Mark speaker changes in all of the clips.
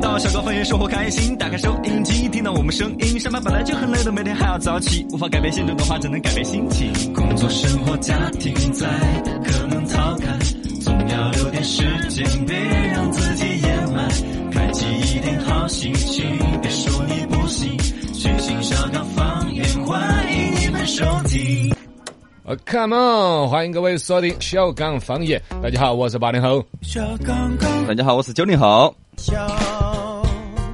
Speaker 1: 到小高方言生活开心，打开收音机，听到我们声音。上班本来就很累的，每天还要早起，无法改变现状的话，只能改变心情。工作、生活、家庭在，可能逃开，总要留点时间，别让自己掩埋。开启一点好心情，别说你不行，全新小高方言，欢迎你们收听。
Speaker 2: 呃 Come on，欢迎各位锁定小刚方言。大家好，我是八零后。
Speaker 1: 小刚刚
Speaker 3: 大家好，我是九零 后。
Speaker 1: 小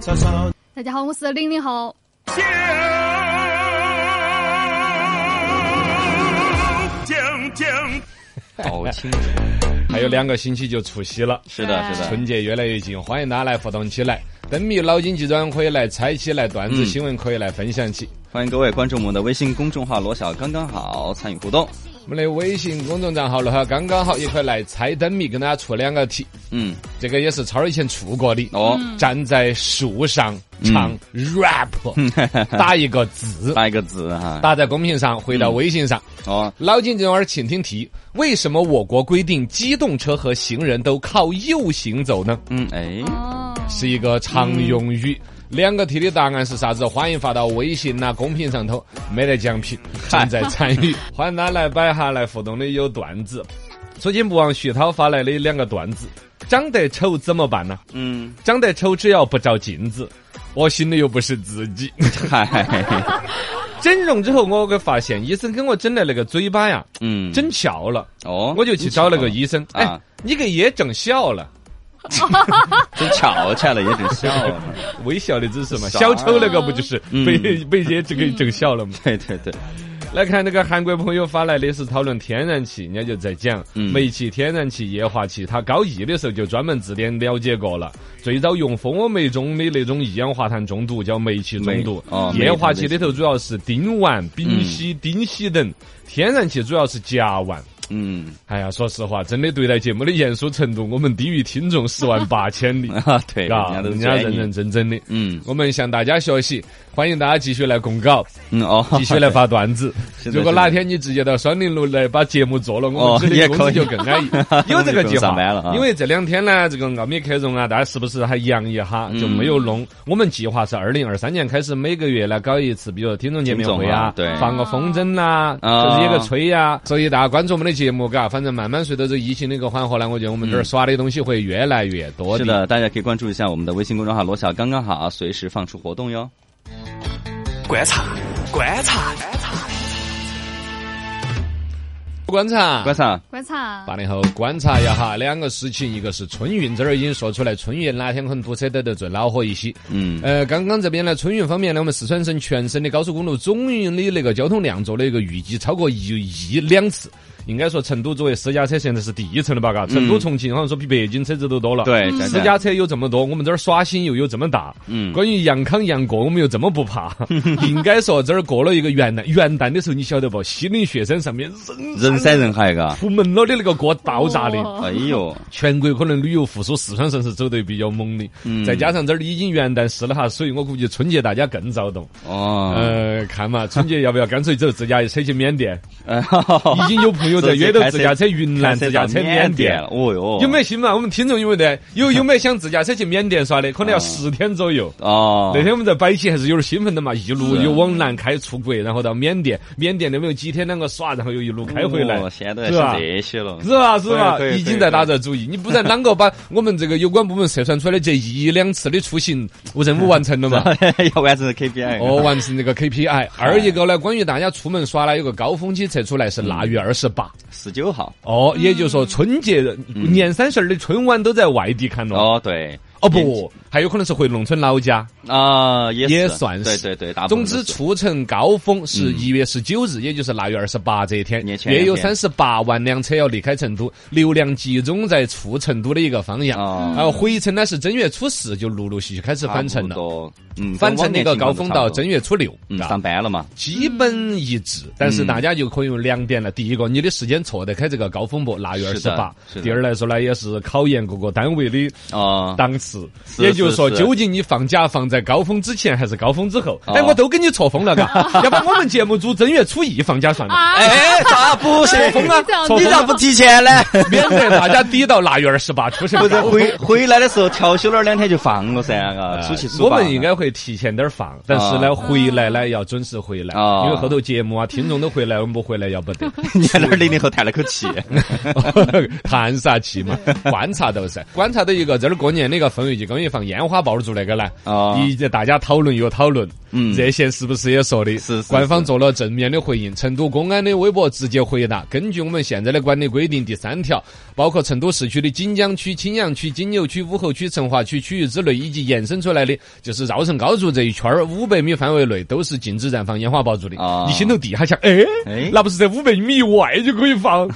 Speaker 1: 草草
Speaker 4: 大家好，我是零零后。
Speaker 3: 好清，
Speaker 2: 还有两个星期就除夕了，
Speaker 3: 是的，是的，
Speaker 2: 春节越来越近，欢迎大家来互动起来。灯谜、脑筋急转可以来猜起来，段子、
Speaker 3: 嗯
Speaker 2: 新闻可以来分享起。
Speaker 3: 欢迎各位关注我们的微信公众号“罗小刚刚好”，参与互动。
Speaker 2: 我们的微信公众账号的话，刚刚好也可以来猜灯谜，跟大家出两个题。
Speaker 3: 嗯，
Speaker 2: 这个也是超儿以前出过的。
Speaker 3: 哦，嗯
Speaker 2: 站在树上唱 rap，、打 一个字，
Speaker 3: 打一个字哈。
Speaker 2: 打在公屏上，回到微信上。
Speaker 3: 哦，
Speaker 2: 脑筋急转弯，请听题：为什么我国规定机动车和行人都靠右行走呢？
Speaker 3: 嗯，哎，
Speaker 4: 哦，
Speaker 2: 是一个常用语。两个题的答案是啥子？欢迎发到微信呐、公屏上头，没得奖品，正在参与。欢迎大家来摆哈，来互动的有段子。最近不忘徐涛发来的两个段子：长得丑怎么办呢？
Speaker 3: 嗯，
Speaker 2: 长得丑只要不照镜子，我心里又不是自己。
Speaker 3: 嗨，
Speaker 2: 整容之后，我给发现医生给我整的那个嘴巴呀，
Speaker 3: 嗯，
Speaker 2: 整翘了。
Speaker 3: 哦，
Speaker 2: 我就去找那个医生，哎
Speaker 3: 啊，
Speaker 2: 你给爷整笑了，
Speaker 3: 真巧巧了，也挺笑了。
Speaker 2: 微笑的姿势嘛，
Speaker 3: 啥
Speaker 2: 小丑那个不就是
Speaker 3: 嗯
Speaker 2: 被 被爷这个整笑了吗？
Speaker 3: 对对对，
Speaker 2: 来看那个韩国朋友发来的是讨论天然气，人家就在讲
Speaker 3: 嗯
Speaker 2: 煤气、天然气、液化气，他高一的时候就专门字典了解过了。最早用蜂窝煤中的那种一氧化碳中毒叫煤气中毒
Speaker 3: 煤哦，
Speaker 2: 液化气里头主要是丁烷、丙烯、丁烯等，天然气主要是甲烷。
Speaker 3: 嗯
Speaker 2: 哎呀，说实话，真的对待节目的严肃程度，我们低于听众十万八千 里。
Speaker 3: 啊，对，人
Speaker 2: 啊，
Speaker 3: 家都
Speaker 2: 人
Speaker 3: 是
Speaker 2: 家
Speaker 3: 专
Speaker 2: 认
Speaker 3: 业
Speaker 2: 认。真真的。
Speaker 3: 嗯
Speaker 2: 我们向大家学习，欢迎大家继续来供 稿，
Speaker 3: 嗯哦，
Speaker 2: 继续来 发段子。
Speaker 3: 是的
Speaker 2: 如果哪天你直接到双林路来把节目做了，我
Speaker 3: 哦
Speaker 2: 们指定
Speaker 3: 也
Speaker 2: 工
Speaker 3: 可
Speaker 2: 资
Speaker 3: 以
Speaker 2: 就更安逸。 有这个计
Speaker 3: 我们就不用上
Speaker 2: 划
Speaker 3: 班了啊
Speaker 2: 因为这两天呢，这个奥密克戎啊，大家是不是还扬一下
Speaker 3: 嗯
Speaker 2: 就没有弄？我们计划是二零二三年开始每个月来搞一次，比如听众见面会啊，
Speaker 3: 听众啊对
Speaker 2: 放个风筝啦，
Speaker 3: 啊
Speaker 2: 就是一个吹呀。所以大家关注我们的节目，嘎，反正慢慢随着这疫情的一个缓和呢，我觉得我们这儿耍的东西会越来越多
Speaker 3: 嗯是。的，大家可以关注一下我们的微信公众号“罗小刚刚好”，随时放出活动哟。
Speaker 1: 观察观察。
Speaker 2: 观察，
Speaker 3: 关上，
Speaker 4: 观察，
Speaker 2: 八零后观察一下哈，两个事情，一个是春运，这儿已经说出来，春运哪天可能堵车堵得最恼火一些。
Speaker 3: 嗯，
Speaker 2: 呃，刚刚这边呢，春运方面呢，我们四川省全省的高速公路总运的那个交通量做了一个预计，超过一亿两次。应该说，成都作为私家车现在是第一城了吧？嘎，成都、
Speaker 3: 嗯
Speaker 2: 重庆好像说比北京车子都多了。，
Speaker 3: 对，
Speaker 2: 嗯私
Speaker 3: 展
Speaker 2: 家
Speaker 3: 展，
Speaker 2: 车有这么多，我们这儿耍心又有这么大。
Speaker 3: 嗯，
Speaker 2: 关于杨康杨过，我们又这么不 怕，应该说这儿过了一个元旦，元旦的时候你晓得不？西岭雪山上面人
Speaker 3: 人山人海，嘎，
Speaker 2: 出门了的那个锅爆炸的，
Speaker 4: 哦
Speaker 3: 哎呦，
Speaker 2: 全国可能旅游复苏，四川省是走得比较猛的。
Speaker 3: 嗯
Speaker 2: 再加上这儿已经元旦是了哈，所以我估计春节大家更躁动。
Speaker 3: 哦，
Speaker 2: 呃，看嘛，春节要不要干脆走自驾车去缅 甸？
Speaker 3: 哎
Speaker 2: 已经有朋友在约到自驾车 云南、自驾
Speaker 3: 驾
Speaker 2: 车缅
Speaker 3: 缅
Speaker 2: 甸。
Speaker 3: 哦哟，
Speaker 2: 有没有心嘛？我们听众有没得？有有没有想自驾车去缅甸耍的？可能要十天左右。
Speaker 3: 哦，
Speaker 2: 那天我们在摆起还是有点兴奋的嘛，一路
Speaker 3: 是啊
Speaker 2: 又往南开出国，然后到缅甸，缅甸那边有几天啷个耍，然后又一路开回来。
Speaker 3: 哦现在
Speaker 2: 是吧
Speaker 3: 是这些了，
Speaker 2: 是吧？是吧？
Speaker 3: 对对对
Speaker 2: 已经在打这主意，你不然啷个把我们这个有关部门测算出来的这一两次的出行任务完成 了嘛？
Speaker 3: 要完成 KPI，
Speaker 2: 哦，，完成这个 KPI。二一个呢，关于大家出门耍呢，有个高峰期测出来是腊月二十八。
Speaker 3: 十九号，
Speaker 2: 哦，也就是说春节年三十儿的春晚都在外地看了。
Speaker 3: 嗯哦对，
Speaker 2: 哦不，还有可能是回农村老家。
Speaker 3: 啊也
Speaker 2: 也
Speaker 3: 也
Speaker 2: 算是
Speaker 3: 对对对，大部
Speaker 2: 总
Speaker 3: 分
Speaker 2: 之，
Speaker 3: 啊都是嗯
Speaker 2: 出城高峰是一月十九日，也就是腊月二十八这一天
Speaker 3: 年，前
Speaker 2: 约有
Speaker 3: 两天
Speaker 2: 三十八万辆车要离开成都，流量集中在出成都的一个方向。
Speaker 3: 哦
Speaker 2: 然后回程呢是正月初四就陆陆续续开始返程
Speaker 3: 差不
Speaker 2: 了，
Speaker 3: 多，嗯，
Speaker 2: 返程那个高峰到正
Speaker 3: 真，
Speaker 2: 月初六，
Speaker 3: 嗯，
Speaker 2: 嘎
Speaker 3: 上嗯班了嘛，
Speaker 2: 基本一致。但是大家就可以用两点了：第一个，你的时间错得开这个高峰不？腊月二
Speaker 3: 是
Speaker 2: 十八
Speaker 3: 的是；的
Speaker 2: 第二来说呢，也是考验各个单位的
Speaker 3: 哦，
Speaker 2: 档次十。
Speaker 3: 是
Speaker 2: 也就是说，
Speaker 3: 是是
Speaker 2: 究竟你放假放在高峰之前还是高峰之后？哎，
Speaker 3: 哦
Speaker 2: 我都跟你错峰了，嘎。 要不然我们节目组正月初一放假算了。
Speaker 4: 啊，
Speaker 3: 哎，咋不行？
Speaker 2: 错峰啊，错
Speaker 3: 你
Speaker 2: 峰
Speaker 3: 咋
Speaker 2: 啊
Speaker 3: 不，提前 呢？
Speaker 2: 免得大家抵到腊月二十八出去
Speaker 3: 不是
Speaker 2: 搞
Speaker 3: 回回来的时候调休那两天就放了噻，啊，出去
Speaker 2: 哎我们应该会提前点儿放，但是呢，回来呢要准时回来，
Speaker 3: 啊
Speaker 2: 因为后头节目啊，听众都回来，我们不回来要不得，
Speaker 3: 你在那儿零零后叹了口 气，
Speaker 2: 叹啥气嘛？观察到噻，观察到一个这儿过年的一个氛围，就关于放烟花爆竹那个呢，
Speaker 3: 啊
Speaker 2: 一大家讨论又讨论。
Speaker 3: 嗯
Speaker 2: 热线是不是也说的？
Speaker 3: 是是
Speaker 2: 官方做了正面的回应。成都公安的微博直接回答：根据我们现在的管理规定，第三条，包括成都市区的锦江区、青羊区、金牛区、武侯区、成华区区域之内，以及延伸出来的，就是绕城高速这一圈儿五百米范围内，都是禁止燃放烟花爆竹的。
Speaker 3: 啊
Speaker 2: 你心头地下想，哎
Speaker 3: 哎，
Speaker 2: 那不是在五百米以外就可以放？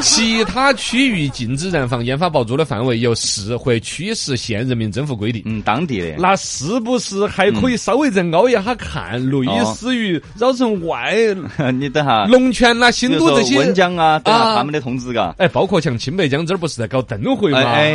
Speaker 2: 其他区域禁止燃放烟花爆竹的范围由市或区市县人民政府规定。
Speaker 3: 嗯，当地的，
Speaker 2: 那是不是还可以稍微再凹一下看，类似于绕城外、
Speaker 3: 你等下，
Speaker 2: 龙泉啦、新
Speaker 3: 比如
Speaker 2: 都
Speaker 3: 说
Speaker 2: 这些
Speaker 3: 温，江啊，等
Speaker 2: 啊
Speaker 3: 下他们的通知嘎，
Speaker 2: 哎，包括像青白江这儿不是在搞灯会嘛？
Speaker 3: 哎，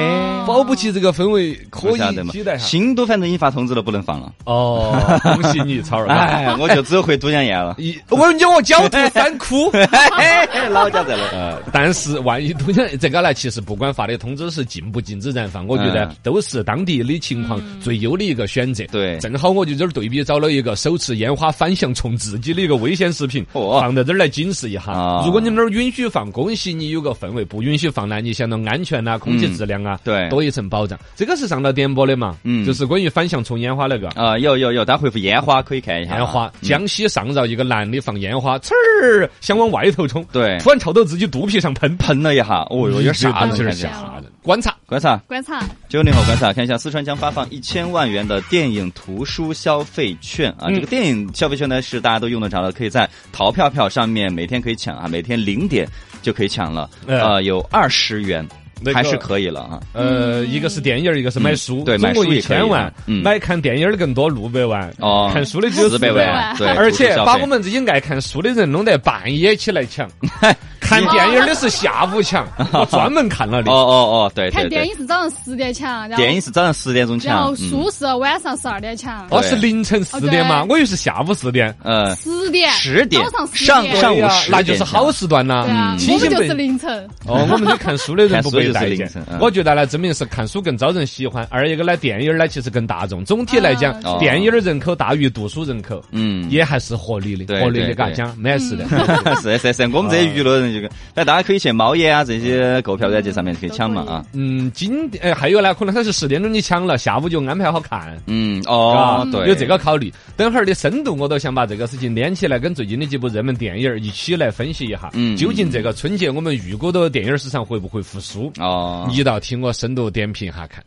Speaker 2: 保不齐这个氛围可
Speaker 3: 我晓得
Speaker 2: 以
Speaker 3: 嘛
Speaker 2: 期待，下。
Speaker 3: 新都反正已经发通知了，不能 放了，
Speaker 2: 哦，恭喜你，曹二哥！，
Speaker 3: 哎，我就只有回都江堰了
Speaker 2: 一，我跟你讲，我狡兔三窟。
Speaker 3: 哎老家在那儿，
Speaker 2: 呃，但是万一突然这个呢，其实不管发的通知是禁不禁止燃放，我觉得
Speaker 3: 嗯
Speaker 2: 都是当地的情况最优的一个选择。
Speaker 3: 对
Speaker 2: 正好我就这儿对比找了一个手持烟花反向冲自己的一个危险视频，
Speaker 3: 哦
Speaker 2: 放在这儿来警示一下
Speaker 3: 啊。
Speaker 2: 如果你们那儿允许放，恭喜你有个氛围；不允许放呢，你想到安全呐、空气质量啊，
Speaker 3: 嗯对
Speaker 2: 多一层保障。这个是上了点播的嘛，
Speaker 3: 嗯
Speaker 2: 就是关于反向冲烟花那个。
Speaker 3: 啊，有有有，咱回复烟花可以看一下啊
Speaker 2: 烟花，，江西上饶一个男的放烟花，呲儿想往外头冲，
Speaker 3: 对
Speaker 2: 突然朝到自己肚皮上喷，
Speaker 3: 喷了一下，哦
Speaker 2: 嗯
Speaker 3: 哟，有点吓人
Speaker 2: 有点
Speaker 3: 感
Speaker 4: 吓
Speaker 3: 觉。
Speaker 2: 吓人。观察，
Speaker 3: 观察
Speaker 4: 观察，
Speaker 3: 九零后观察，看一下四川将发放一千万元的电影图书消费券啊！
Speaker 2: 嗯
Speaker 3: 这个电影消费券呢是大家都用得着的，可以在淘票票上面每天可以抢啊，每天零点就可以抢了，
Speaker 2: 嗯
Speaker 3: 呃，有二十元
Speaker 2: 那个
Speaker 3: 还是可以了啊！
Speaker 2: 呃，一个是电影儿，一个是买书，
Speaker 3: 嗯对
Speaker 2: 总
Speaker 3: 买
Speaker 2: 共
Speaker 3: 书也可以
Speaker 2: 一千万，
Speaker 3: 嗯
Speaker 2: 买看电影儿的更多六百万，
Speaker 3: 哦，
Speaker 2: 看书的只有
Speaker 3: 四百
Speaker 2: 万。
Speaker 3: 万，对，
Speaker 2: 而且
Speaker 3: 图书消费
Speaker 2: 把我们这些爱看书的人弄得半夜起来 抢，看电影儿的是下午抢，我专门看了
Speaker 3: 哦
Speaker 2: 的。
Speaker 3: 哦哦，对
Speaker 4: 看
Speaker 3: 对
Speaker 4: 电
Speaker 3: 对，
Speaker 4: 影是早上十点抢，然后
Speaker 3: 电影是早上十点钟嗯
Speaker 4: 然
Speaker 3: 抢
Speaker 4: 后，书是晚上十二点抢，
Speaker 2: 哦，
Speaker 3: 对
Speaker 2: 是凌晨四点嘛？
Speaker 4: 哦
Speaker 2: 我以为是下午四点。
Speaker 3: 嗯呃，
Speaker 4: 十点
Speaker 3: 10点
Speaker 4: 早上十
Speaker 3: 上
Speaker 4: 点
Speaker 3: 上嗯
Speaker 2: 对呀
Speaker 3: 午10
Speaker 2: 那就是
Speaker 3: 点
Speaker 2: 好时段
Speaker 4: 对
Speaker 2: 呐。
Speaker 4: 啊，
Speaker 2: 清
Speaker 4: 我
Speaker 2: 醒
Speaker 4: 们就
Speaker 2: 被
Speaker 4: 是凌晨，
Speaker 2: 哦，我们这看书的人不被待
Speaker 3: 看书就是凌
Speaker 2: 见
Speaker 3: 晨。嗯
Speaker 2: 我觉得呢，证明是看书更招人喜欢。二一个呢，电影儿呢其实更大众。总体来讲，
Speaker 4: 啊
Speaker 3: 是
Speaker 2: 电影儿人口大于读书人口。
Speaker 3: 嗯，
Speaker 2: 也还是合理的，
Speaker 3: 对
Speaker 2: 合理的
Speaker 3: 对
Speaker 2: 嘎
Speaker 3: 对
Speaker 2: 讲，没得事的。
Speaker 3: 嗯 是是是，我们这些娱乐人就跟，反正大家可以去猫眼啊这些购票软件上面可以抢嘛啊。
Speaker 2: 嗯，今呃还有呢，可能他是十点钟你抢了，下午就安排好看，
Speaker 3: 嗯，
Speaker 2: 啊
Speaker 3: 哦，，对，
Speaker 2: 有这个考虑。等会儿的深度，我都想把这个事情连起来，跟最近的几部热门电影儿一起来分析一下。
Speaker 3: 嗯
Speaker 2: 究竟这个春节我们预估的电影市场会不会复苏？
Speaker 3: 哦，
Speaker 2: 一道听我深度点评一下看。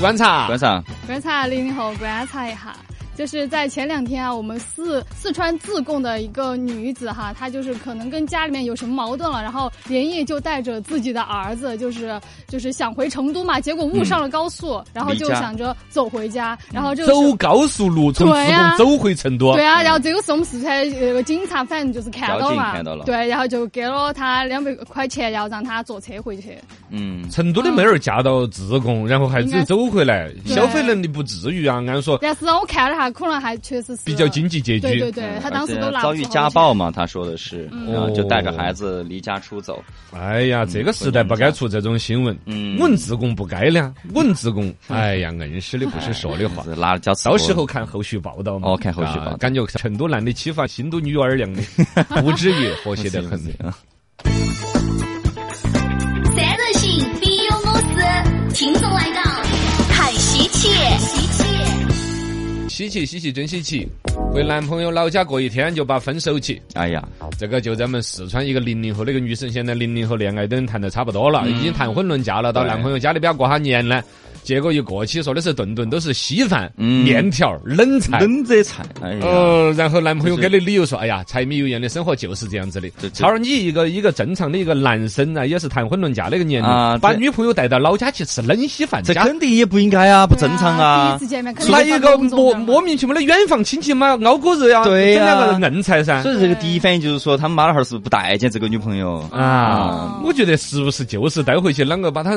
Speaker 2: 观察，
Speaker 3: 观赏
Speaker 4: 观察零零后观察一下。就是在前两天啊，我们四四川自贡的一个女子哈，她就是可能跟家里面有什么矛盾了，然后连夜就带着自己的儿子，就是就是想回成都嘛，结果误上了高速，然后就
Speaker 3: 离家
Speaker 4: 想着走回家，然后这个时候
Speaker 2: 走高速路从自
Speaker 4: 啊对
Speaker 2: 贡
Speaker 4: 呀
Speaker 2: 走回成都
Speaker 4: 对。啊，然后这个时候我们四川那个警察反正就是看到
Speaker 3: 交警
Speaker 4: 嘛，
Speaker 3: 看到了
Speaker 4: 对，然后就给了他两百块钱，然后让他坐车回去。
Speaker 3: 嗯，
Speaker 2: 成都的妹儿嫁到自贡，然后还自己
Speaker 4: 嗯应该
Speaker 2: 走回来，
Speaker 4: 对
Speaker 2: 消费能力不至于啊。按说
Speaker 4: 但是让我看了一下，可能还确实是
Speaker 2: 比较经济拮据。
Speaker 4: 对对对，他当时都
Speaker 3: 而且
Speaker 4: 拿
Speaker 3: 遭遇家，暴嘛，他说的是，
Speaker 4: 嗯
Speaker 3: 然后就带着孩子离家出走。
Speaker 2: 哎呀，这个时代不该出这种新闻。
Speaker 3: 嗯
Speaker 2: 我们自贡不该的，我们自 贡，哎呀，硬是的不是说的话。
Speaker 3: 是拿了脚趾头
Speaker 2: 哦到时候看后续报道嘛。
Speaker 3: 哦看后续报道
Speaker 2: 啊感觉成都男的欺负新都女娃儿一样 的，不至于和谐得很。
Speaker 3: 嗯
Speaker 5: 三人行必有我师，听众来稿，看稀奇，稀奇，
Speaker 2: 稀奇稀奇，真稀奇！回男朋友老家过一天就把分手起，
Speaker 3: 哎呀，
Speaker 2: 这个就咱们四川一个零零后的一个女生，现在零零后恋爱都谈得差不多了，已经谈婚论嫁了，到
Speaker 3: 嗯对
Speaker 2: 男朋友家里边过下年呢。结果一过去说的是顿顿都是稀饭、
Speaker 3: 嗯
Speaker 2: 面条、冷菜，
Speaker 3: 冷这菜，哎呀，
Speaker 2: 呃，然后男朋友
Speaker 3: 就是
Speaker 2: 给的理由说：“哎呀，柴米油盐的生活就是这样子的。
Speaker 3: 这”这
Speaker 2: 超儿，你一个一个正常的一个男生啊，也是谈婚论嫁那个年
Speaker 3: 啊
Speaker 2: 龄，把
Speaker 3: 这
Speaker 2: 女朋友带到老家去吃冷稀饭，
Speaker 3: 这
Speaker 2: 家
Speaker 3: 肯定也不应该啊，不正常
Speaker 4: 啊，
Speaker 3: 啊
Speaker 4: 第一。次见面肯定
Speaker 2: 那一个
Speaker 4: 懵
Speaker 2: 莫莫名其妙的远房亲戚嘛，熬锅肉啊，
Speaker 3: 对
Speaker 2: 整
Speaker 3: 呀
Speaker 2: 两个硬菜噻
Speaker 3: 所。以这个第一反应就是说，他们妈老汉儿是不是不待见这个女朋友？
Speaker 2: 啊，我觉得是不是就是带回去啷个把他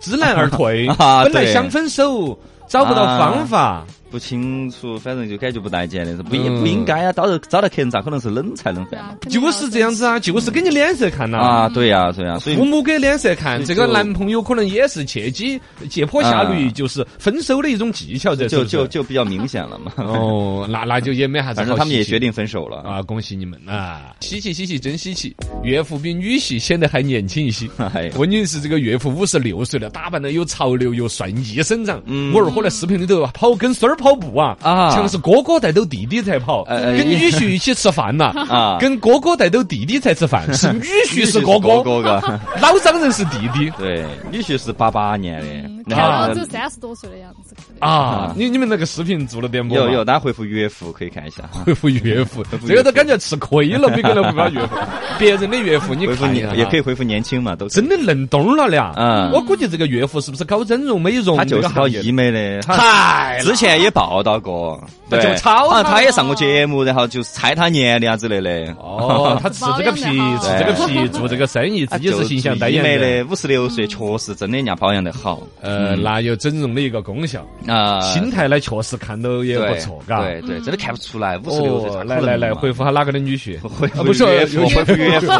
Speaker 2: 知难而退
Speaker 3: 啊
Speaker 2: 本来
Speaker 3: 对
Speaker 2: 想分手，找不到方法。
Speaker 3: 不清楚，反正就感觉不待见的，是不应
Speaker 2: 嗯
Speaker 3: 不应该啊！到时候招到客人咋可能是冷菜冷
Speaker 4: 对
Speaker 3: 饭
Speaker 4: 啊
Speaker 3: 嘛？
Speaker 4: 真的
Speaker 2: 就
Speaker 4: 要
Speaker 2: 是这样子啊，就是给你脸色看呐、
Speaker 3: 啊，对呀、对呀、所以
Speaker 2: 父母给脸色看，这
Speaker 3: 所以
Speaker 2: 个
Speaker 3: 就
Speaker 2: 男朋友可能也是借机借坡下驴，
Speaker 3: 啊
Speaker 2: 就是分手的一种技巧，这是
Speaker 3: 就
Speaker 2: 不是
Speaker 3: 就就比较明显了嘛。
Speaker 2: 哦，那那就也没啥子
Speaker 3: 反
Speaker 2: 好稀奇。
Speaker 3: 正他们也决定分手了 啊！
Speaker 2: 啊，恭喜你们啊！稀奇稀奇，真稀奇！岳父比女婿显得还年轻一些。
Speaker 3: 哎呀，
Speaker 2: 问题是这个岳父五十六岁了，打扮的又潮流又帅，一身长。
Speaker 3: 嗯
Speaker 2: 我二伙在视频里头啊跑跟孙儿跑步啊，
Speaker 3: 啊
Speaker 2: 像是哥哥带着弟弟在跑，
Speaker 3: 哎哎
Speaker 2: 跟女婿一起吃饭呐、
Speaker 3: 啊
Speaker 2: 跟哥哥带着弟弟在吃 饭，是女婿是哥
Speaker 3: 哥
Speaker 2: 哥，
Speaker 3: 哥，
Speaker 2: 老丈人是弟弟。
Speaker 3: 对，女婿是八八年
Speaker 4: 嗯
Speaker 3: 的，
Speaker 4: 看
Speaker 3: 然后
Speaker 4: 到就三十多岁的样子，可能
Speaker 2: 啊，你你们那个视频做了点播吗
Speaker 3: 有有，大家回复岳父可以看 一下，
Speaker 2: 回复岳父，
Speaker 3: 复
Speaker 2: 这个都
Speaker 3: 岳父
Speaker 2: 感觉吃亏了，别个都不把岳 父，别人的岳父你
Speaker 3: 回复
Speaker 2: 看一
Speaker 3: 年
Speaker 2: 下，
Speaker 3: 也可以回复年轻嘛，都
Speaker 2: 真
Speaker 3: 的，
Speaker 2: 的嫩冬了的啊！
Speaker 3: 嗯
Speaker 2: 我估计这个岳父是不是搞整容美容
Speaker 3: 他
Speaker 2: 这
Speaker 3: 就是
Speaker 2: 个
Speaker 3: 搞
Speaker 2: 行业
Speaker 3: 医美的，他
Speaker 2: 太
Speaker 3: 之前也报道过，
Speaker 2: 那
Speaker 3: 对，
Speaker 2: 就吵
Speaker 3: 好像
Speaker 2: 他
Speaker 3: 他也上过节目，然后就是猜他年龄啊之类的。
Speaker 2: 哦，他吃这个皮
Speaker 4: 保养得，好
Speaker 2: 吃
Speaker 4: 啊
Speaker 2: 这个 皮，做这个生意，
Speaker 3: 啊
Speaker 2: 自己是形象代言
Speaker 3: 美
Speaker 2: 人。
Speaker 3: 的，嗯五十六岁确实真的人家保养得好
Speaker 2: 呃，那有整容的一个功效，
Speaker 3: 啊，
Speaker 2: 心态呢确实看到也不
Speaker 3: 对
Speaker 2: 错，嘎。
Speaker 3: 对对，真的看不出来，五十六岁咋
Speaker 2: 哦，
Speaker 3: 可
Speaker 2: 来
Speaker 3: 能
Speaker 2: 来来，
Speaker 3: 嘛
Speaker 2: 回复下哪个的女婿？
Speaker 3: 回
Speaker 2: 啊
Speaker 3: 复
Speaker 2: 不是
Speaker 3: 岳
Speaker 2: 有
Speaker 3: 父，回复 岳父，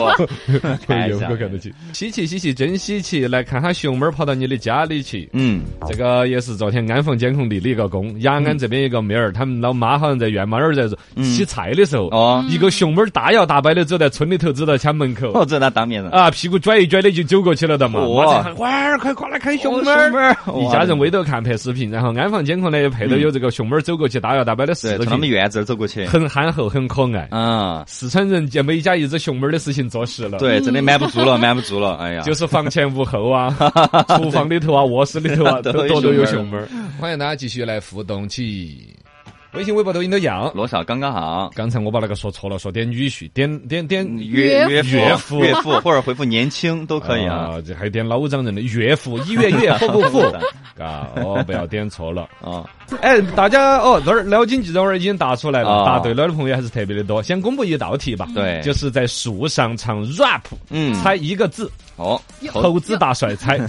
Speaker 3: 哎看一
Speaker 2: 有
Speaker 3: 下
Speaker 2: 个看得起，稀奇稀奇，真稀奇！来看哈熊猫跑到你的家里去。
Speaker 3: 嗯，
Speaker 2: 这个也是昨天安防监控里的一个工，雅安这边一个妹儿，他们老妈好像在院妈儿在洗菜的时候，
Speaker 3: 嗯哦
Speaker 2: 一个熊猫儿大摇大摆的走在村里头，走到家门口。
Speaker 3: 我这他当面人，
Speaker 2: 啊，屁股拽一拽的就走过去了的嘛，
Speaker 3: 哦哇
Speaker 2: 马上喊娃儿快过来看熊猫儿
Speaker 3: 熊猫哦儿
Speaker 2: 一
Speaker 3: 哇
Speaker 2: 家人围着看拍视频，然后安防监控呢也配的有这个熊猫儿走过去大摇大摆的视
Speaker 3: 对，从他们
Speaker 2: 频，
Speaker 3: 院子儿走过去，
Speaker 2: 很憨厚，很可爱。
Speaker 3: 啊，
Speaker 2: 四川人见每家一只熊猫儿的事情做实了。
Speaker 3: 对，真的瞒不住了，瞒不住了，哎呀，
Speaker 2: 就是房前屋后 啊， 厨房里头啊，卧室里头啊，都
Speaker 3: 都有
Speaker 2: 多都有熊
Speaker 3: 熊
Speaker 2: 猫儿。欢迎大家继续来互动起，微信、微博、抖音都一样。
Speaker 3: 罗小刚刚好，嗯
Speaker 2: 刚才我把那个说错了，说点女婿，点点点
Speaker 3: 岳
Speaker 4: 岳
Speaker 3: 父
Speaker 2: 岳父
Speaker 3: 岳父或者回复年轻都可以啊，，
Speaker 2: 这还有点老丈人的岳父， 一月月夫不 夫？啊，哦，不要点错了。
Speaker 3: 啊，
Speaker 2: 哎，大家哦，这儿脑筋急转弯已经答出来了，
Speaker 3: 哦
Speaker 2: 答对了的朋友还是特别的多。先公布一道题吧，
Speaker 3: 对
Speaker 2: 就是在树上唱 rap，
Speaker 3: 嗯，
Speaker 2: 猜一个字，
Speaker 3: 哦
Speaker 2: 猴子大甩 猜，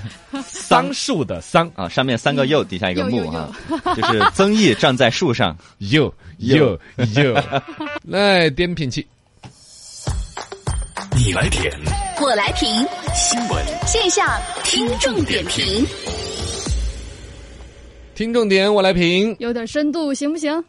Speaker 2: 桑树的桑，
Speaker 3: 啊，上面三个又，底下一个
Speaker 4: 又
Speaker 3: 木
Speaker 4: 又
Speaker 3: 啊，就是曾毅站在树上，
Speaker 2: 有有有， 来点评起。
Speaker 1: 你来点
Speaker 5: 我来评
Speaker 1: 新闻。
Speaker 5: 线下听众点评，
Speaker 2: 听重点，我来评。
Speaker 4: 有点深度行不
Speaker 3: 啊
Speaker 4: 行？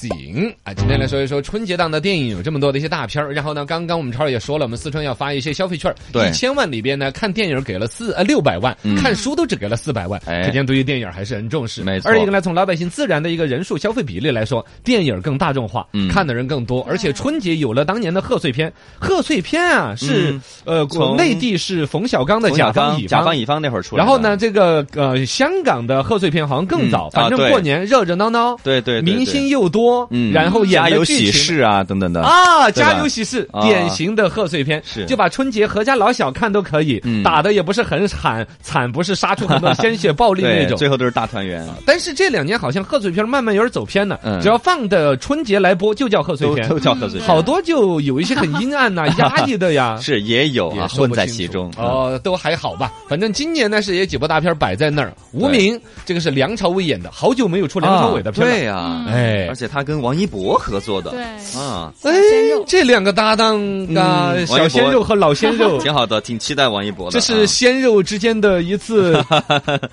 Speaker 2: 行啊，今天来说一说春节档的电影有这么多的一些大片儿，然后呢，刚刚我们超儿也说了，我们四川要发一些消费券儿，
Speaker 3: 对
Speaker 2: 一千万里边呢，看电影给了四呃六百万，
Speaker 3: 嗯
Speaker 2: 看书都只给了四百万，
Speaker 3: 哎
Speaker 2: 可见对于电影还是很重视。
Speaker 3: 没错
Speaker 2: 二一个呢，从老百姓自然的一个人数消费比例来说，电影更大众化，
Speaker 3: 嗯
Speaker 2: 看的人更多，而且春节有了当年的贺岁片，贺岁片啊是、
Speaker 3: 嗯
Speaker 2: 呃国
Speaker 3: 从
Speaker 2: 内地是冯小刚的
Speaker 3: 从
Speaker 2: 甲方乙
Speaker 3: 甲方乙方那会儿出来，
Speaker 2: 然后呢，，这个呃，香港的贺岁片好像更早，
Speaker 3: 嗯
Speaker 2: 反
Speaker 3: 啊
Speaker 2: 正
Speaker 3: 对
Speaker 2: 过年热热闹闹，
Speaker 3: 对对对对
Speaker 2: 明星又多，
Speaker 3: 嗯，
Speaker 2: 然后演
Speaker 3: 家
Speaker 2: 的
Speaker 3: 有
Speaker 2: 剧
Speaker 3: 喜
Speaker 2: 情
Speaker 3: 事啊等等的，
Speaker 2: 啊，
Speaker 3: 对吧
Speaker 2: 家有喜事，
Speaker 3: 啊
Speaker 2: 典型的贺岁片，
Speaker 3: 是
Speaker 2: 就把春节合家老小看都可以，
Speaker 3: 嗯
Speaker 2: 打的也不是很惨，惨不是杀出很多鲜血暴力那
Speaker 3: 对
Speaker 2: 种，，啊
Speaker 3: 最后都是大团圆，
Speaker 2: 但是这两年好像贺岁片慢慢有点走偏了，
Speaker 3: 嗯
Speaker 2: 只要放的春节来播就叫贺岁
Speaker 3: 都
Speaker 2: 片，
Speaker 3: 都叫贺岁
Speaker 2: 嗯
Speaker 3: 片，
Speaker 2: 好多就有一些很阴暗 呐、压抑的呀，
Speaker 3: 是也有啊，
Speaker 2: 也说
Speaker 3: 混
Speaker 2: 不
Speaker 3: 在
Speaker 2: 清
Speaker 3: 其
Speaker 2: 楚
Speaker 3: 中啊。
Speaker 2: 哦，都还好吧。反正今年呢是也几部大片摆在那儿，《无名》这个是梁朝伟演的，好久没有出梁朝伟的片了。
Speaker 3: 啊哦对呀，
Speaker 2: 哎
Speaker 3: 而且他跟王一博合作的，
Speaker 4: 对
Speaker 3: 啊，
Speaker 2: 哎
Speaker 4: 鲜肉，
Speaker 2: 这两个搭档啊，
Speaker 3: 嗯
Speaker 2: 小鲜肉和老鲜 肉，
Speaker 3: 挺好的，挺期待王一博的。
Speaker 2: 哦这是
Speaker 3: 啊
Speaker 2: 鲜肉之间的一次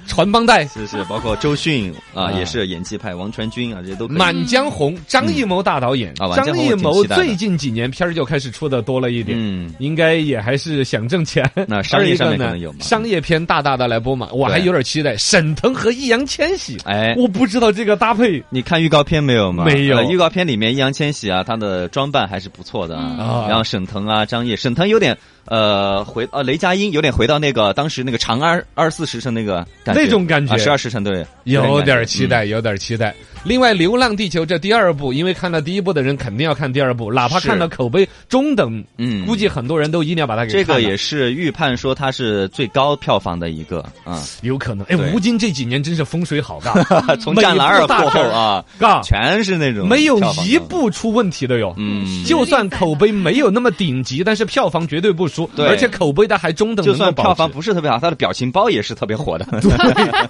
Speaker 2: 传帮 带。
Speaker 3: 是是，包括周迅
Speaker 2: 啊
Speaker 3: 啊，也是演技派，王传君啊，这些都可以
Speaker 2: 《满江红》，张艺谋大导演。
Speaker 3: 啊满江
Speaker 2: 张
Speaker 3: 红
Speaker 2: 艺
Speaker 3: 我挺
Speaker 2: 谋
Speaker 3: 期待的
Speaker 2: 最近几年片儿就开始出的多了一点，
Speaker 3: 嗯
Speaker 2: 应该也还是想挣钱。
Speaker 3: 那商业上
Speaker 2: 二一个
Speaker 3: 面可
Speaker 2: 呢
Speaker 3: 能有嘛
Speaker 2: 商业片大大的来播嘛，我还
Speaker 3: 对
Speaker 2: 有点期待。沈腾和易烊千玺，
Speaker 3: 哎，
Speaker 2: 我不知道这个搭配
Speaker 3: 你看预告片没有吗？
Speaker 2: 没有
Speaker 3: 呃预告片里面，易烊千玺啊，他的装扮还是不错的
Speaker 2: 啊
Speaker 3: 啊。然后沈腾啊，张译，沈腾有点呃回呃雷佳音有点回到那个当时那个长安二四时辰那个感觉
Speaker 2: 那种感觉
Speaker 3: 啊，十二时辰对，
Speaker 2: 有点
Speaker 3: 那种感觉
Speaker 2: 期。待，有点期待。另外，《流浪地球》这第二部，因为看了第一部的人肯定要看第二部，哪怕
Speaker 3: 是
Speaker 2: 看到口碑中等，
Speaker 3: 嗯
Speaker 2: 估计很多人都一定要把它给
Speaker 3: 这
Speaker 2: 看了
Speaker 3: 个也是预判说它是最高票房的一个啊，
Speaker 2: 有可能。哎，
Speaker 3: 对
Speaker 2: 吴京这几年真是风水好大，
Speaker 3: 从《战狼二》过后啊，
Speaker 2: 嘎，
Speaker 3: 全是那种，
Speaker 2: 没有一，部出问题的哟。
Speaker 3: 嗯，
Speaker 2: 就算口碑没有那么顶级，但是票房绝对不输，
Speaker 3: 对
Speaker 2: 而且口碑它还中等，
Speaker 3: 就算
Speaker 2: 能够
Speaker 3: 票
Speaker 2: 保
Speaker 3: 房
Speaker 2: 持
Speaker 3: 不是特别好，他的表情包也是特别火的。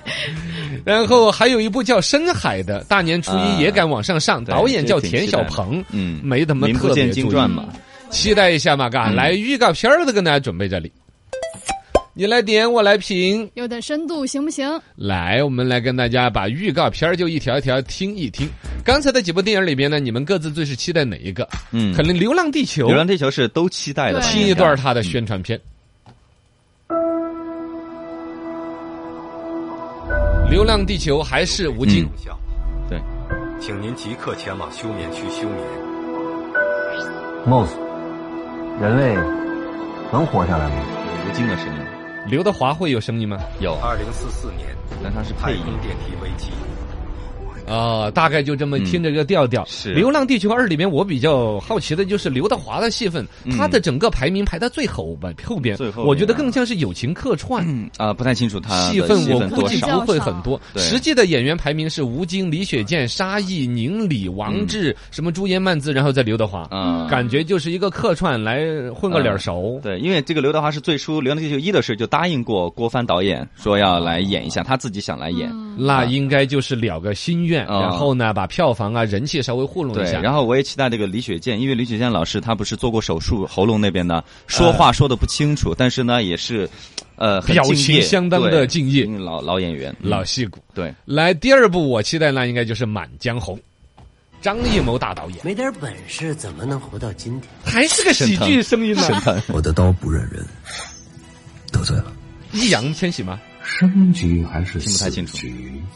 Speaker 2: 然后还有一部叫《深海》的，大年初一也敢往上上，
Speaker 3: 啊对
Speaker 2: 导演叫
Speaker 3: 这
Speaker 2: 田
Speaker 3: 挺期
Speaker 2: 小
Speaker 3: 待的
Speaker 2: 鹏，
Speaker 3: 嗯
Speaker 2: 没怎么
Speaker 3: 名不
Speaker 2: 特别
Speaker 3: 见经
Speaker 2: 注意，
Speaker 3: 传嘛。嗯
Speaker 2: 期待一下嘛，嘎，来预告片儿都跟大家准备这里。你来点，我来评。
Speaker 4: 有点深度行不行？
Speaker 2: 来，我们来跟大家把预告片儿就一条一条听一听。刚才的几部电影里边呢，你们各自最是期待哪一个？
Speaker 3: 嗯，
Speaker 2: 可能《流浪地球
Speaker 3: 流》浪地球嗯是都期待的吧，
Speaker 4: 对
Speaker 2: 听一段它的宣传片。《流浪地球》还是吴京
Speaker 3: 嗯，
Speaker 6: 项目，
Speaker 3: 对，
Speaker 6: 请您即刻前往休眠区休眠。
Speaker 7: Mose，人类能活下来吗？
Speaker 3: 吴京的声音
Speaker 2: 刘德华会有声音吗？
Speaker 3: 有，啊
Speaker 6: 二零四四年，
Speaker 3: 但他是
Speaker 6: 太
Speaker 3: 配音
Speaker 6: 空。电梯危机。
Speaker 2: 啊、大概就这么
Speaker 3: 嗯
Speaker 2: 听着个调调。
Speaker 3: 是
Speaker 2: 流浪地球二》里面，我比较好奇的就是刘德华的戏份，
Speaker 3: 嗯
Speaker 2: 他的整个排名排在最后吧后边，
Speaker 3: 最后
Speaker 2: 我觉得
Speaker 3: 面啊
Speaker 2: 更像是友情客串。
Speaker 3: 嗯啊，不太清楚他的
Speaker 2: 戏份我估
Speaker 3: 多
Speaker 2: 计
Speaker 3: 少
Speaker 2: 不会很多，
Speaker 3: 对
Speaker 2: 实际的演员排名是吴京、李雪健、沙溢、宁理、王志，什么朱颜曼姿，然后再刘德华，
Speaker 3: 啊。
Speaker 2: 感觉就是一个客串来混个脸熟。
Speaker 3: 对，因为这个刘德华是最初《流浪地球一》的时候就答应过郭帆导演说要来演一下，他自己想来演。
Speaker 2: 那应该就是了个心愿，
Speaker 3: 啊
Speaker 2: 然后呢，把票房啊、人气稍微糊弄一
Speaker 3: 对，
Speaker 2: 下。
Speaker 3: 然后我也期待这个李雪健，因为李雪健老师她不是做过手术，喉咙那边呢说话说的不清楚，但是呢也是，呃，很
Speaker 2: 表
Speaker 3: 敬
Speaker 2: 情
Speaker 3: 业
Speaker 2: 相当的
Speaker 3: 对
Speaker 2: 敬业
Speaker 3: 因为老老演员，嗯
Speaker 2: 老戏骨。
Speaker 3: 对，
Speaker 2: 来，第二部我期待那应该就是《满江红》，张艺谋大导演，
Speaker 8: 没点本事怎么能活到今天？
Speaker 2: 还是个喜剧声音呢、
Speaker 7: 我的刀不认人，得罪了。
Speaker 2: 易烊千玺吗？
Speaker 7: 生局还是
Speaker 3: 听不太清楚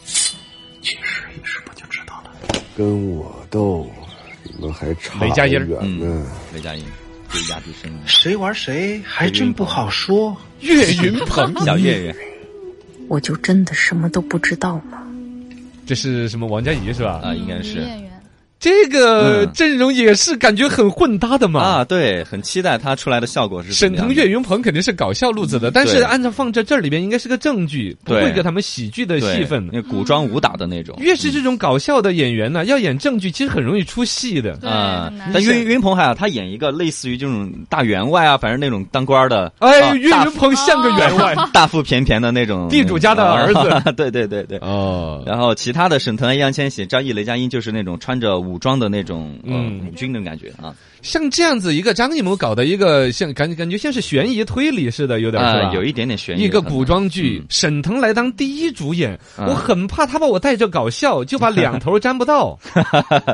Speaker 7: 死局？
Speaker 9: 跟我斗，你们还差
Speaker 2: 雷佳
Speaker 9: 得
Speaker 2: 音儿
Speaker 9: 远呢。
Speaker 3: 雷佳音，就压低声音，
Speaker 10: 谁玩谁还真不好说。
Speaker 2: 岳云鹏，
Speaker 3: 小岳岳，
Speaker 11: 我就真的什么都不知道吗？
Speaker 2: 这是什么？王佳怡是吧？
Speaker 3: 啊，应该
Speaker 4: 女
Speaker 3: 是
Speaker 2: 嗯
Speaker 4: 演员，
Speaker 2: 这个
Speaker 3: 嗯
Speaker 2: 阵容也是感觉很混搭的嘛。
Speaker 3: 啊，对，很期待他出来的效果是怎
Speaker 2: 沈
Speaker 3: 么样
Speaker 2: 腾、
Speaker 3: 的
Speaker 2: 岳云鹏肯定是搞笑路子的，但是
Speaker 3: 对
Speaker 2: 按照放在这里边，应该是个正剧，不
Speaker 3: 对
Speaker 2: 会给他们喜剧的
Speaker 3: 对
Speaker 2: 戏份。
Speaker 3: 那古装武打的那种。
Speaker 2: 越是这种搞笑的演员呢，要演正剧其实很容易出戏的。
Speaker 4: 对，
Speaker 3: 啊
Speaker 4: 很难，
Speaker 3: 但岳岳云鹏还好，他演一个类似于这种大员外啊，反正那种当官的，
Speaker 2: 哎，
Speaker 3: 啊
Speaker 2: 岳
Speaker 3: 大
Speaker 2: 云鹏像个员外
Speaker 3: 大腹便便的那种啊
Speaker 2: 地主家的儿子。
Speaker 3: 对对对对。
Speaker 2: 哦，
Speaker 3: 然后其他的沈腾、易烊千玺、张译、雷佳音就是那种穿着武装的那种呃
Speaker 2: 嗯
Speaker 3: 武军的感觉啊，
Speaker 2: 像这样子一个张艺谋搞的一个像感感觉像是悬疑推理似的，有点是吧
Speaker 3: 啊，有一点点悬疑。
Speaker 2: 一个
Speaker 3: 可能
Speaker 2: 古装剧，
Speaker 3: 嗯
Speaker 2: 沈腾来当第一主演，
Speaker 3: 嗯
Speaker 2: 我很怕他把我带着搞笑，就把两头沾不 到，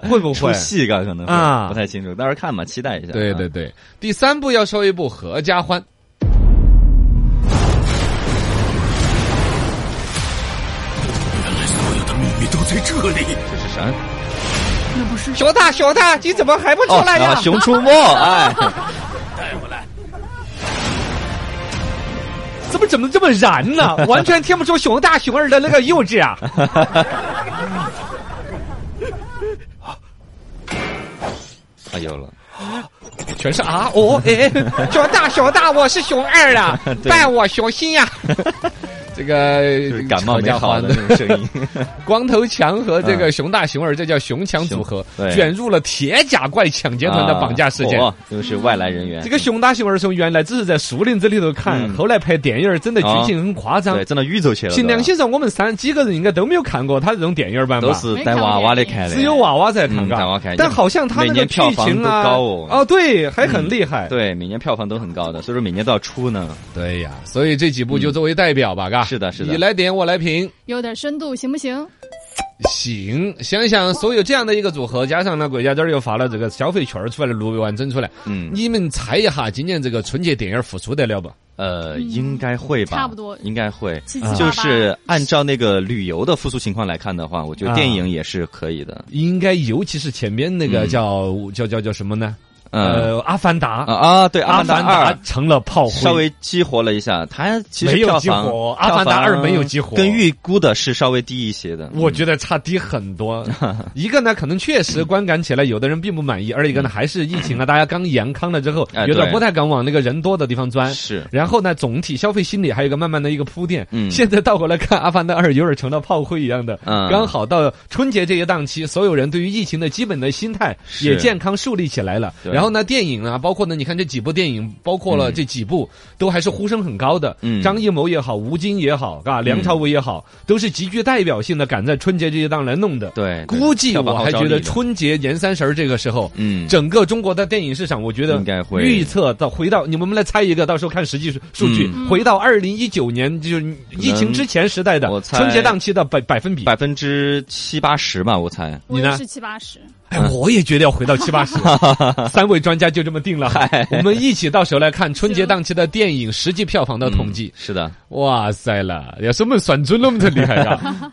Speaker 2: 会不
Speaker 3: 出
Speaker 2: 会？
Speaker 3: 戏个可能会
Speaker 2: 啊
Speaker 3: 不太清楚，到时候看吧，期待一下。
Speaker 2: 对
Speaker 3: 啊
Speaker 2: 对，对，第三部要说一部《合家欢》。
Speaker 3: 这是啥？
Speaker 2: 熊大，熊大，你怎么还不
Speaker 3: 哦，啊熊出没， 哎，
Speaker 2: 怎么整的这么燃 呢？完全听不出熊大、熊二的那个幼稚啊！
Speaker 3: 啊有了，
Speaker 2: 全是啊哦哎， 熊大熊大，我是熊二啊
Speaker 3: 对
Speaker 2: 伴我熊心 呀、这个
Speaker 3: 就是感冒
Speaker 2: 合
Speaker 3: 没
Speaker 2: 家
Speaker 3: 好
Speaker 2: 欢
Speaker 3: 的 那种声音。
Speaker 2: 光头强和这个熊大熊二，这叫熊强组合，
Speaker 3: 熊对
Speaker 2: 卷入了铁甲怪抢劫团的绑架 事件。
Speaker 3: 啊，火又是外来人员。
Speaker 2: 这个熊大熊二从原来只是在树林子里头看，
Speaker 3: 嗯哦
Speaker 2: 后来拍电影儿，真的剧情很夸张
Speaker 3: 对，。真的晕走去了。
Speaker 2: 凭良
Speaker 3: 都
Speaker 2: 心上，我们三几个人应该都没有看过他这种电影版吧？
Speaker 3: 都是带娃娃的看的，
Speaker 2: 只有娃娃在看
Speaker 3: 嗯娃娃看
Speaker 2: 看，但好像他那
Speaker 3: 每
Speaker 2: 个
Speaker 3: 年
Speaker 2: 剧
Speaker 3: 票房
Speaker 2: 情
Speaker 3: 都
Speaker 2: 啊，
Speaker 3: 高哦
Speaker 2: 对，还很厉害。
Speaker 3: 对，每年票房都很高的，所以说每年都要出呢。
Speaker 2: 对呀，所以这几部就作为代表吧，嘎。
Speaker 3: 嗯是的是的
Speaker 2: 你来点，我来评。
Speaker 4: 有点深度行不行？
Speaker 3: 啊
Speaker 2: 行，想想所有这样的一个组合，加上呢，国家这儿又发了这个消费券儿出来了，六百万整出来。
Speaker 3: 嗯，
Speaker 2: 你们猜一下，今年这个春节电影复苏得了不？
Speaker 3: 呃，应该会吧，
Speaker 4: 差不多
Speaker 3: 应该会。
Speaker 4: 七
Speaker 2: 嗯
Speaker 4: 七八八
Speaker 3: 就是按照那个旅游的复苏情况来看的话，我觉得
Speaker 2: 啊
Speaker 3: 电影也是可以的。
Speaker 2: 应该，尤其是前面那个
Speaker 3: 嗯
Speaker 2: 叫叫叫叫什么呢？呃，《阿凡达》
Speaker 3: 啊，对，《
Speaker 2: 阿
Speaker 3: 凡达
Speaker 2: 达
Speaker 3: 二》
Speaker 2: 成了炮灰，
Speaker 3: 稍微激活了一下，它其实
Speaker 2: 没有
Speaker 3: 票
Speaker 2: 激
Speaker 3: 房
Speaker 2: 活
Speaker 3: 《
Speaker 2: 阿凡达二没有激活
Speaker 3: 跟预估的是稍微低一些的。
Speaker 2: 我觉得差低很 多。一个呢，可能确实观感起来有的人并不满意；二一个呢，还是疫情啊，大家刚严康了之后
Speaker 3: 嗯哎，
Speaker 2: 有点
Speaker 3: 对
Speaker 2: 不太敢往那个人多的地方钻。
Speaker 3: 是
Speaker 2: 然后呢，总体消费心理还有一个慢慢的一个铺垫。
Speaker 3: 嗯
Speaker 2: 现在倒过来看，《阿凡达二》有点成了炮灰一样的，
Speaker 3: 嗯
Speaker 2: 刚好到春节这一档期，所有人对于疫情的基本的心态
Speaker 3: 是
Speaker 2: 也健康树立起来了。
Speaker 3: 对
Speaker 2: 然后呢，电影啊，包括呢，你看这几部电影，包括了这几部，都还是呼声很高的。
Speaker 3: 嗯
Speaker 2: 张艺谋也好，吴京也好，啊，梁朝伟也好，都是极具代表性的，赶在春节这一档来弄的。
Speaker 3: 对，对
Speaker 2: 估计
Speaker 3: 票房
Speaker 2: 我
Speaker 3: 号
Speaker 2: 还
Speaker 3: 召
Speaker 2: 觉得
Speaker 3: 力的
Speaker 2: 春节年三十儿这个时候，
Speaker 3: 嗯
Speaker 2: 整个中国的电影市场，我觉得
Speaker 3: 应该会
Speaker 2: 预测到回到你们来猜一个，到时候看实际数数据，
Speaker 3: 嗯
Speaker 2: 回到二零一九年就是疫情之前时代的
Speaker 3: 我猜
Speaker 2: 春节档期的百百分比。
Speaker 3: 百分之七八十吧，我猜。
Speaker 4: 我
Speaker 2: 你呢
Speaker 4: 也是七八十。
Speaker 2: 哎，我也觉得要回到七 八十，三位专家就这么定了。我们一起到时候来看春节档期的电影实际票房的统计。
Speaker 3: 嗯是的，
Speaker 2: 哇塞了，要是我们算准了，我们才厉害啊！